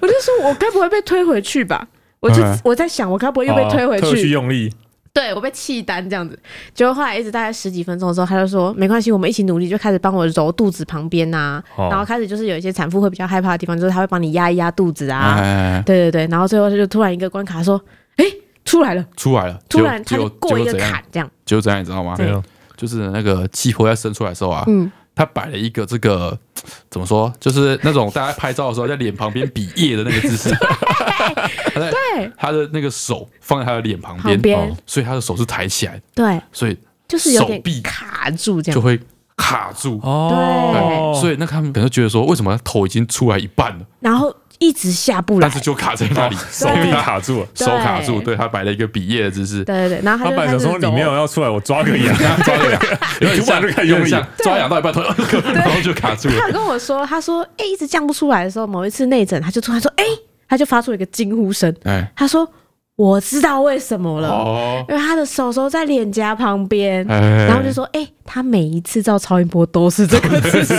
我就说我该不会被推回去吧？我就
嗯
我在想，我该不会又被
哦
推回
推
去？
用力，
对我被气单这样子，结果后来一直大概十几分钟的时候，他就说没关系，我们一起努力，就开始帮我揉肚子旁边呐、
哦
然后开始就是有一些产妇会比较害怕的地方，就是他会帮你压一压肚子啊，
哎，
对对对，然后最后他就突然一个关卡说，哎、出来了，
出来了，
突然他
结
就
果
过一
结
个
果怎样
坎这样，
就怎样，你知道吗？
对啊，
就是那个气泡要生出来的时候啊，
嗯，
他摆了一个这个怎么说，就是那种大家拍照的时候在脸旁边比耶的那个姿 势，他在
对
他的那个手放在他的脸旁边，
旁边
哦所以他的手是抬起来的，
对，
所以
就是有点
手臂
卡住这
就
样，
会卡住。
哦，
所以那他们可能就觉得说，为什么头已经出来一半了，
然后一直下不来
但，是就卡在那里，
手臂卡住了。
手卡住，对他摆了一个比耶的姿势，
对对对，然后
他
他就
本
开
来
始
想
走
说你没有要出来，我抓个痒，
抓了两，
有点像有点像
抓痒到一半，突 然然后就卡住了
他。有跟我说，他说：“哎、一直降不出来的时候，某一次内诊，他就突然说：‘哎、他就发出一个惊呼声。
哎，
他说：‘我知道为什么了，
哦，
因为他的手手在脸颊旁边。’
哎
然后就说：‘哎、他每一次照超音波都是这个姿势，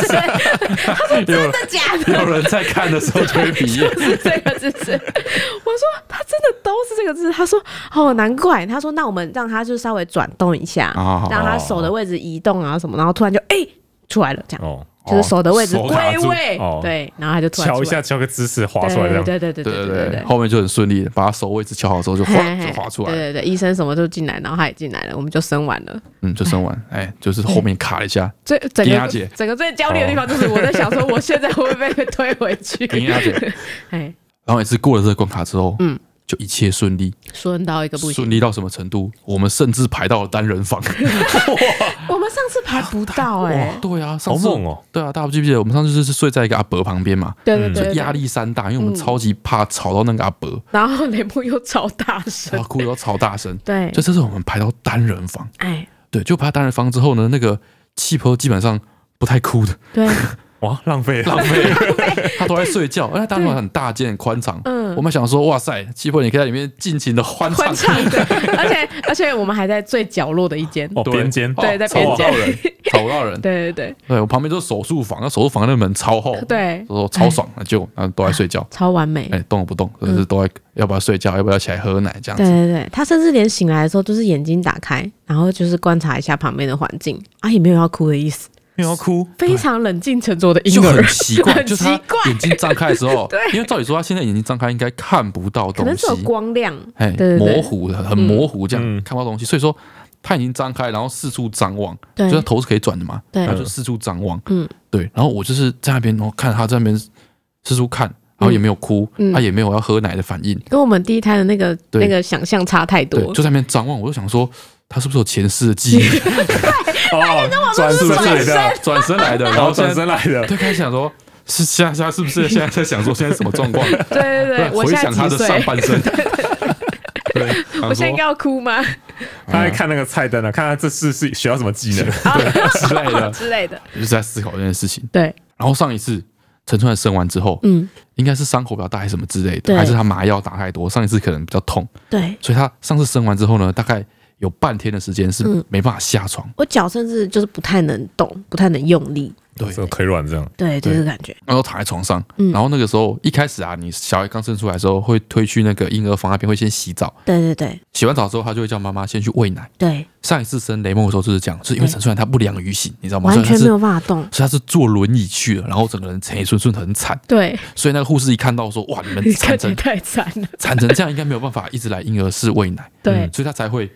有
真的假的？
有人在看的时候就会比耶，
是这个姿势。’我说：‘他真的都是这个姿势。’他说：‘哦，难怪。’他说：‘那我们让他就稍微转动一下，
哦
让他手的位置移动啊什么。’然后突然就哎、出来了，这样。”
哦，
就是手的位置
手卡
归
住
位，
哦
对，然后他就突然
敲一
出
下，
来
敲个姿势，滑出来这
对
样。
对对 对对
对
对
对
对
对，后面就很顺利，把他手位置敲好之后就哗
嘿嘿
就滑出来，
对对对，医生什么都进来，然后他也进来了，我们就生完了。
嗯，就生完，哎，就是后面卡了一下，
最整
给他
个
姐
整个最焦虑的地方就是我在想说，我现在会不会被推回去？
给他姐，
哎，
然后也是过了这个关卡之后，嗯，就一切顺利，
顺到一个不行
顺。利到什么程度？我们甚至排到了单人房，
我们上次排不到哎，
对啊，上次
好猛哦，
对啊，大家记不记得我们上次就是睡在一个阿伯旁边嘛？
对对
所
对，嗯
以
对
嗯压。力山大，因为我们超级怕吵到那个阿伯，
然后雷姆又超大
然
声
后，哭得要吵大声。
对
哦就，这次我们排到单人房，
哎，
对，就排到单人房之后呢，那个气泡基本上不太哭的，
对，
哇，浪费了，
浪 费，他都在睡觉，而且单人房很大间、很宽敞。
嗯
我们想说，哇塞，气泡你可以在里面尽情的欢唱
欢，唱对， 而且而且我们还在最角落的一间，
哦，
对
边间，
对在
吵
边
不
间
到 人，吵不到人。
对对
对我旁边就是手术房，那手术房那门超厚，
对，对，
说超爽，那就啊都在睡觉，
超完美。
哦哎，动不动就是都在要不要睡觉，要不要起来喝奶这样
嗯对
子。
对对，他甚至连醒来的时候都是眼睛打开，然后就是观察一下旁边的环境，啊，也没有要哭的意思，
没有要哭，
非常冷静沉着的婴
就
儿
很，奇怪，
很
就是他
奇怪
眼睛张开的时 候，因为照理说他现在眼睛张开应该看不到
可
东
能
西
只有，光亮，
哎，
对对对
模糊的，很模糊这样、
嗯
看不到东西，所以说他已经张开，然后四处张望，
对
就他头是可以转的嘛，
对
他就四处张望，
嗯，
哦对，然后我就是在那边，然后看他在那边四处看，然后也没有哭，
嗯
他也没有要喝奶的反应，
跟我们第一胎的那个
对
那个想象差太
对，
多。
就在那边张望，我就想说。他是不是有前世的记 忆？
哦，转世来的，
转身来 的，然
然后
后现
转
在
身来的，
对，开始想说，是现在现在是不是现在在想说现在什么状况？
对 对对，我
回
现在
想他
几
的上
岁？
半 身。对，想
我现在应该
说
要哭吗？
他在看那个菜单呢，看他这次是学到什么技能。
之类的，
之类的。
就是在思考这件事情。
对，
然后上一次陈川生完之后，
嗯，
应该是伤口比较大还是什么之类的，
对
还是他麻药打太多？上一次可能比较痛，
对
所以他上次生完之后呢，大概有半天的时间是
嗯
没办法下床。
我脚甚至就是不太能动，不太能用力，
对，
这种腿软这样，
对，就
对
是感觉。
然后躺在床上，
嗯
然后那个时候一开始啊，你小孩刚生出来的时候会推去那个婴儿房那边，会先洗澡，
对对对
洗完澡之后他就会叫妈妈先去喂奶。
对，
上一次生雷梦的时候就是这样，就是因为陈川他不良于行，你知道吗？
完全没
所以他
有
是。
办法动。
所以他是坐轮椅去了，然后整个人陈一顺顺很惨，
对，
所以那个护士一看到说：“哇，你们惨
看起来
成
太惨了。
惨成这样，应该没有办法一直来婴儿室喂奶。”
对，
所以他才会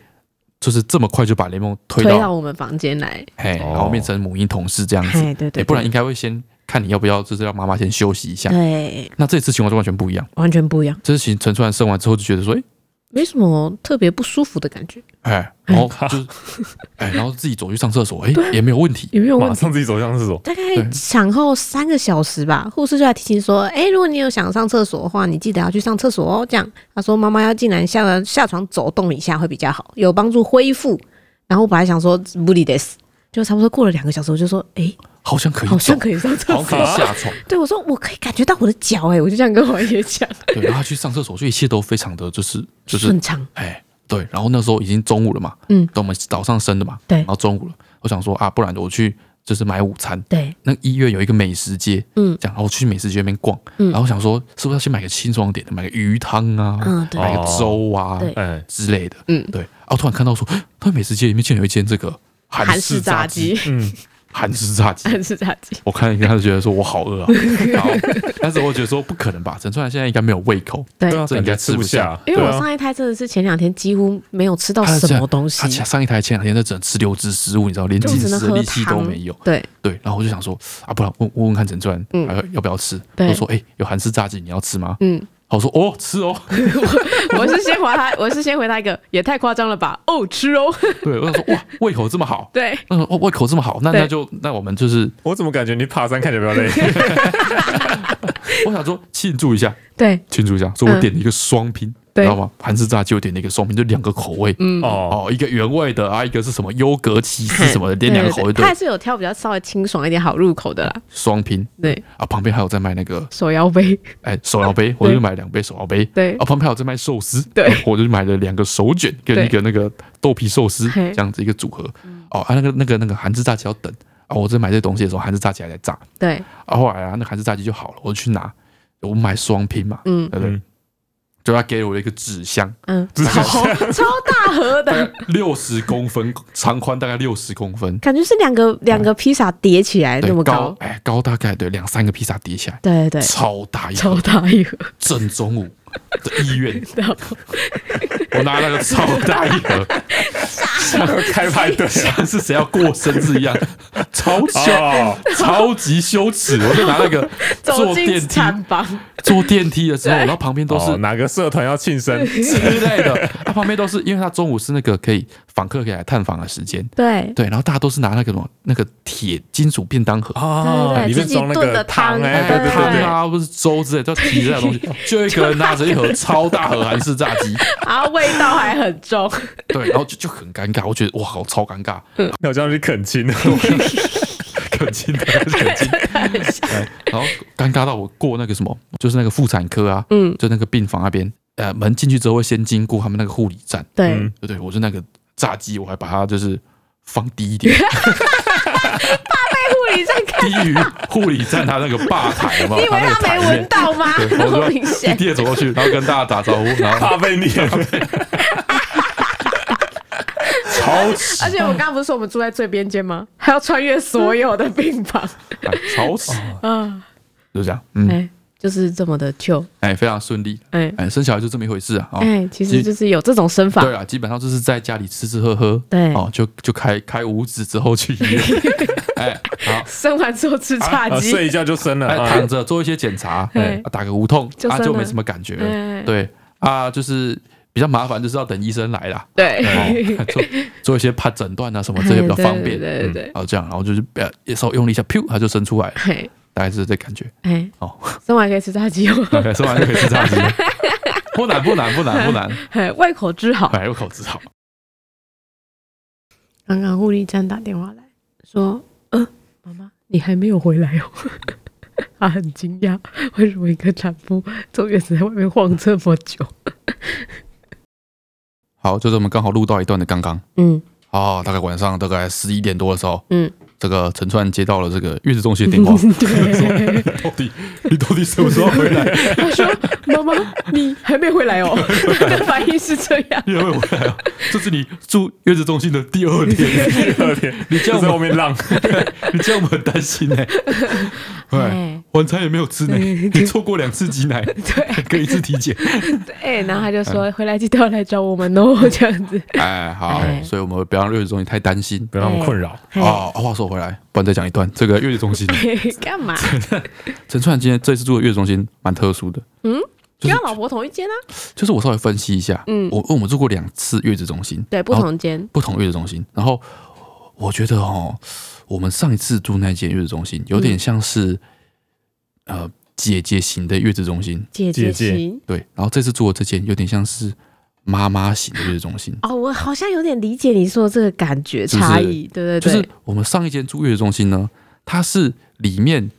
就是这么快就把雷蒙推
嗯推到
嗯到，
我们房间来。
嘿，
哦
然后变成母婴同事这样子。
哎，对
诶
对，
不然
对
应该会先看你要不要，就是让妈妈先休息一
嗯
下。
对
那这次情况就完全不一样，
完全不一样，
这次情陈川生完之后就觉得说，诶
没什么特别不舒服的感觉，
哎，然后就是，哎，然后自己走去上厕所，哎，也没有问题。
有没有问
马
题？
上自己走向厕所。
大概
对
产后三个小时吧，护士就来提醒说：“哎、如果你有想上厕所的话，你记得要去上厕所哦。”这样，他说：“妈妈要进来下下床走动一下会比较好，有帮助恢复。”然后我本来想说无理的死，就差不多过了两个小时，我就说：“哎、
好像可以
好
走
像，可以上厕
好像可
所
以。下床。
对我说我可以感觉到我的脚哎、
哎，
我
我
就
就这样跟我爷讲，
对，然后他去上厕所，就一切都非常的就是就是
顺畅。
哎，对，然后那时候已经中午了嘛，
嗯
等我们早上生的嘛，
对
然后中午了，我想说啊，不然我去就是买午餐，
对，
那医院有一个美食街，
嗯
嗯，这样，然后我去美食街那边逛，
嗯
然后想说是不是要先买个清爽点的，买个鱼汤啊，
嗯对
买个粥啊，
对
哎，
之类的，
嗯
嗯，对，然后突然看到说，哎他美食街里面竟然有一间这个
韩
韩
式
式
炸
炸
鸡
鸡，，
嗯，
韩式炸鸡，嗯
韩式炸鸡，
我看一看就觉得说我好饿 啊，然后但是我觉得说不可能吧，陈川现在应该没有胃口，
对
对啊，
这应
感觉
该
吃
吃
不
不下
下，
因为我
对啊
上一胎真的是前两天几乎没有吃到
他
什
这样
么东
他
西
前，上一台前两天在只能吃流质食物，你知道，连
就
进
只
食
能
的
喝
力气都
汤
没有。
对
对，然后我就想说啊，不然问问问看陈川，
嗯
还要要不要吃？
对
我说哎、有韩式炸鸡，你要吃吗？
嗯，
我说哦，吃哦。
我是先回他，我是先回他一个，也太夸张了吧？哦，吃哦，
对，我想说哇，胃口这么好，
对，
那哦胃口这么好，那
对
那就那我们就是，
我怎么感觉你爬山看起来比较累？
我想说庆祝一下，
对
庆祝一下，所以
嗯
我点了一个双拼，
对嗯
知道吗？韩式炸鸡我点了一个双拼，就两个口味，
哦，
哦，一个原味的啊，一个是什么优格起司什么的，
对
点两个口味
对，他还
对，
是有挑比较稍微清爽一点好入口的啦，
双拼
对，
啊，旁边还有在卖那个
手摇杯，
哎，手摇
嗯
杯，我就买两杯手摇杯。
对
啊，旁边还有在卖寿司，
对
我就买了两个手卷跟一个那个豆皮寿司
嘿
这样子一个组合。哦，啊，那个那个那个韩式炸鸡要等啊，我在买这东西的时候，韩式炸鸡还在炸。
对，
啊，后来啊，那韩式炸鸡就好了，我就去拿，我买双拼嘛，
嗯
对不对
嗯？
就他给了我一个纸箱，
嗯，
只
超超大盒
大
的，
概六十公分，长宽大概六十公
哎
分，
感觉是两
嗯
个两个披萨叠起来那
对
么，
高
高，
哎高大概对两三个披萨叠起来，
对对对，
超大一盒
超大一盒，
正中午的医院，
然后
我拿那个超大一盒。
开派对啊，
像是谁要过生日一 样，超羞，
哦，
超级羞耻。我就拿那 个
走
坐
进
电梯，
产房，
坐电梯的时候，然后旁边都是
哦哪个社团要庆生？
之类的，它旁边都是，因为它中午是那个可以访客可以来探访的时间，
对
对，然后大家都是拿那个什么那个铁金属便当盒。
啊，
对对
里面
自己
装那
炖
个
的汤哦
哎，
对
对
对
对
汤
对对，
啊，或是粥之类的，就提着那东西， 就一个人拿着一盒超大盒韩式炸鸡，
然后味道还很重，
对，然后就就很尴尬，我觉得哇，好超尴尬，
那我这样去恳 亲，
肯亲的，肯亲。哎然后尴尬到我过那个什么，就是那个妇产科啊，
嗯
嗯，就那个病房那边，呃，门进去之后会先经过他们那个护理站，
对
嗯，
对不对？我就那个炸鸡，我还把它就是放低一点，
护理站看，
低于护理站它那个吧台嘛，
你以为
它那个
他没
台
闻
面。
到吗？
对，
那么
我就
明
一
显，
跌走过去，然后跟大家打招呼，然后
怕被念，
超耻
而，且我刚刚不是说我们住在最边间吗？还要穿越所有的病房，
哎超耻，
啊，
就这样，嗯，
哎，就是这么的就
哎，非常顺利，
哎
哎，生小孩就这么一回事啊，哦，
哎，其实就是有这种生法，
对啊，基本上就是在家里吃吃喝喝，
对
哦，就就开开五指之后去医 院，哎，好，
生完之后吃炸
啊
鸡，
睡一觉就生了
哎，
啊
躺着做一些检查，
嘿
哎，啊打个无痛
就，
啊，
算
就
了
没什么感觉了，
哎
对啊，就是比较麻烦，就是要等医生来啦。
对，
哦，做做一些怕诊断啊什么，这些比较
哎对
方便。
对对对
嗯然后这样，然后就是呃，也稍微用力一下，噗，它就伸出来了，
哎
大概是这感觉。
哎，
哦，
生完可以吃炸鸡哦，
OK，生完就可以吃炸鸡 了， 不难不难不难不难，
哎胃口之好，
本来有口吃好。
刚刚护理站打电话来说，
呃妈妈，你还没有回来哦。 他很惊讶，为什么一个产妇中月子在外面晃这么久？
好，就是我们刚好录到一段的刚刚
嗯，
哦，大概晚上大概十一点多的时候，
嗯，
这个陈川接到了这个月子中心的 电话，
对，
到底你到底什么时候回来？
他说：“妈妈，你还没回来 哦。”他的反应是这样，
你还没回来啊？这是你住月子中心的第二天，
第二天
你这
就
样
在
我
后
们
面浪，
你这样我们很担心呢、哎，
哎
晚餐也没有吃呢，你错过两次挤奶，
对
跟一次体检。
对，哎然后他就说：“回来记得要来找我们哦。” 这样子，
哎，好
哎，
所以我们不要让月子中心太担心。
不要那么困扰。
哎
哦，话说回来，不然再讲一段这个月子中 心。
干嘛？
陈川今天这次住的月子中心蛮特殊的，就
跟
是
他老婆同一间啊？
就是我稍微分析一下，
嗯
我我们住过两次月子中心，
对，不
然后
同间。
不同月子中心，然后我觉得哦，我们上一次住那间月子中心有点像是呃姐姐型的月子中心，
嗯姐
姐姐
行
对，然后这次住的这间有点像是妈妈型的月子中心。
哦，我好像有点理解你说的这个感觉
是不是
差异，对对
就
对，
是我们上一间住月子中心呢，它是里面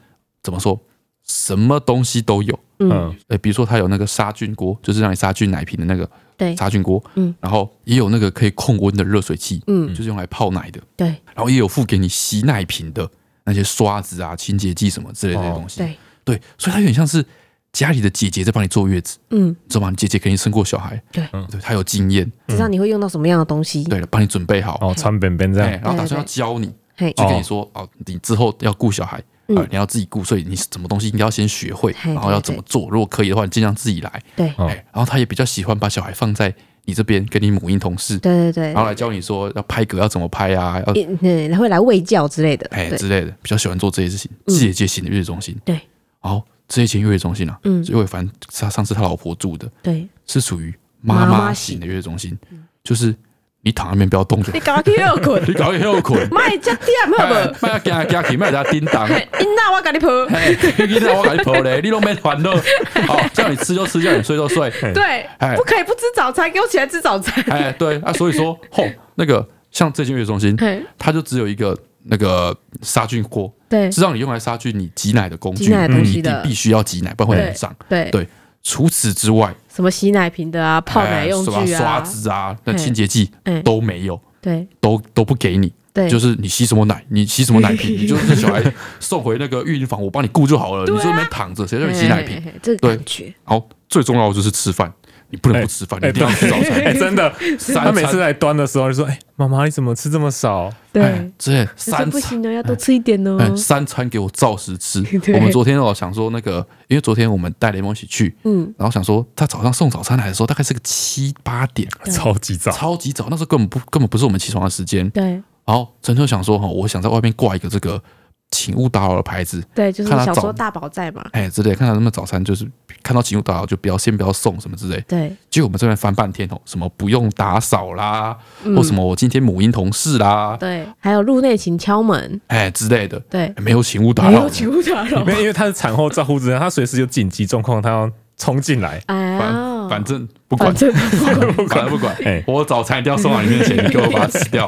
怎么说，什么东西都有。
嗯，
嗯，
呃，比如说它有那个杀菌锅，就是让你杀菌奶瓶的那个
对，
杀菌锅，
嗯，
然后也有那个可以控温的热水器，
嗯，
就是用来泡奶的，
对
然后也有付给你洗奶瓶的那些刷子啊、清洁剂什么之类的
哦
东西，
对，
对，所以它有点像是家里的姐姐在帮你坐月子，
嗯，
你知道吗？你姐姐肯定生过小孩，
对
嗯
对，她有经验，
知道你会用到什么样的东西，
对了，帮你准备好，
哦，穿便便这
哎
样，，
然后
对
打
对
算要教你，
嘿
就跟你说哦，你之后要顾小孩，
嗯
呃，你要自己顾，所以你什么东西应该要先学会，
嘿
然后要怎么做。如果可以的话，你尽量自己来。
对
哦
哎，然后他也比较喜欢把小孩放在你这边，跟你母婴同事，
对对对
然后来教你说要拍嗝要怎么拍啊，要
对，嗯，会来喂教之类的，
哎
对
之类的，比较喜欢做这些事情。世界型的月子中心，
嗯
哦
对，
然后这些型月子中心啊，
嗯
所以我凡他上次他老婆住的
对，
是属于妈
妈
妈
妈
型
型嗯
的月子中心，就是你躺在那边不要动就 好
你，搞去 要滚，
你搞一后捆，
卖这点好
哎
不？
不要惊惊去，不要给他叮 当。
因那我跟你婆，
嘿，你那我给你婆嘞，你都没烦 恼。哦，叫你吃就吃，叫你睡就睡。
对
哎，
不可以不吃早餐，给我起来吃早 餐。
哎，对啊，所以 说，吼，那个像这间月子中心，
嘿
它就只有一个那个杀菌锅，
对
是让你用来杀菌你挤奶的工具，嗯
挤奶的东
你
西
一定
的
必须要挤奶，不然会很胀。
对，
对，除此之外，
什么洗奶瓶的啊，泡奶用
哎
具
什么刷
啊，
子啊，那
嘿
清洁剂
嗯
都没有，
对
都都不给你。
对，
就是你吸什么奶，你吸什么奶 瓶，你就是小孩送回那个育婴房，我帮你顾就好了。你这边躺着，谁让你吸奶瓶？
啊嘿，嘿嘿
这个
对
感觉，
然后最重要的就是吃饭，你不能不吃饭，你
哎
一定要吃早餐。
哎，真的，
三
他每次
餐
来端的时候就说：“哎，妈妈，你怎么吃这么少
对
哎，，这
可是
三
不
餐
行哦，要多吃一点哦。
哎三餐给我照实吃
对。
我们昨天哦想说那个，因为昨天我们带雷蒙一起去，
嗯，
然后想说他早上送早餐来的时候大概是个七八点，？”
超级早，
超级早，那时候根本不根本不是我们起床的时间。
对
然后陈秋想说哈，哦我想在外面挂一个这个请勿打扰的牌子。
对，就是
看他
小时候
早
大宝在嘛，
哎，之类，看到他们早餐就是看到请勿打扰就不要先不要送什么之类，
对，
结果我们这边翻半天哦，什么不用打扫啦，
嗯
或什么我今天母婴同事啦，
对，还有入内请敲门，
哎之类的，
对，
没有请勿打
没
扰
有，哎请勿打扰
没，有，因为他是产后照护之人，他随时有紧急状况，他要冲进 来。
哎呀
反反正不管
反，正
不管不管
哎，
我早餐一定要送到你面前，你给我把它吃 掉，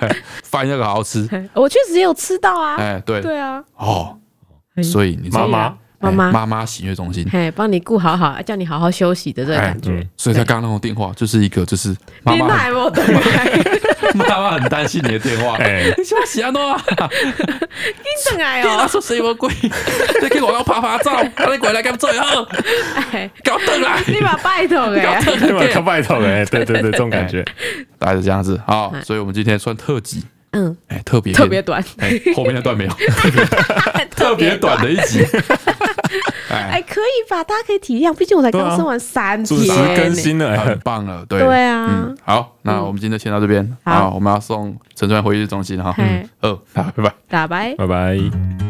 哎饭要给我好好吃，
我确实也有吃到啊，
哎对
对啊，
哦，
哎
所以你知道
妈妈
妈
哎
妈
妈妈喜悦中心，
嘿，帮你顾好好，叫你好好休息的这个
哎
感觉。
嗯，
所以他刚刚那通电话就是一个就是妈
你
妈
奶我的来，
妈妈很担心你的电话，
哎，
你喜欢喜安诺啊？哎
你等来
你拿
哦，
出水无鬼，你给我要拍拍照，啊你过来干最好，
哎，
搞等来。
你把拜托哎，
对吧？他拜托了，哎，对对对，这种感觉，
大概是这样子好，
嗯
所以我们今天算特辑，
嗯，
哎，特别篇
特别短，
哎，后面那段没有，特别短的一集。哎，
哎，可以吧？大家可以体谅，毕竟我才
对
刚
啊
生完三
准时
天
更
呢。
新了，哎
很棒了，对
对啊
嗯，，好，那我们今天就先到这边
好
啊，我们要送陈川回日中心哈，
嘿
嗯，呃，好，拜拜。
打白。
拜拜。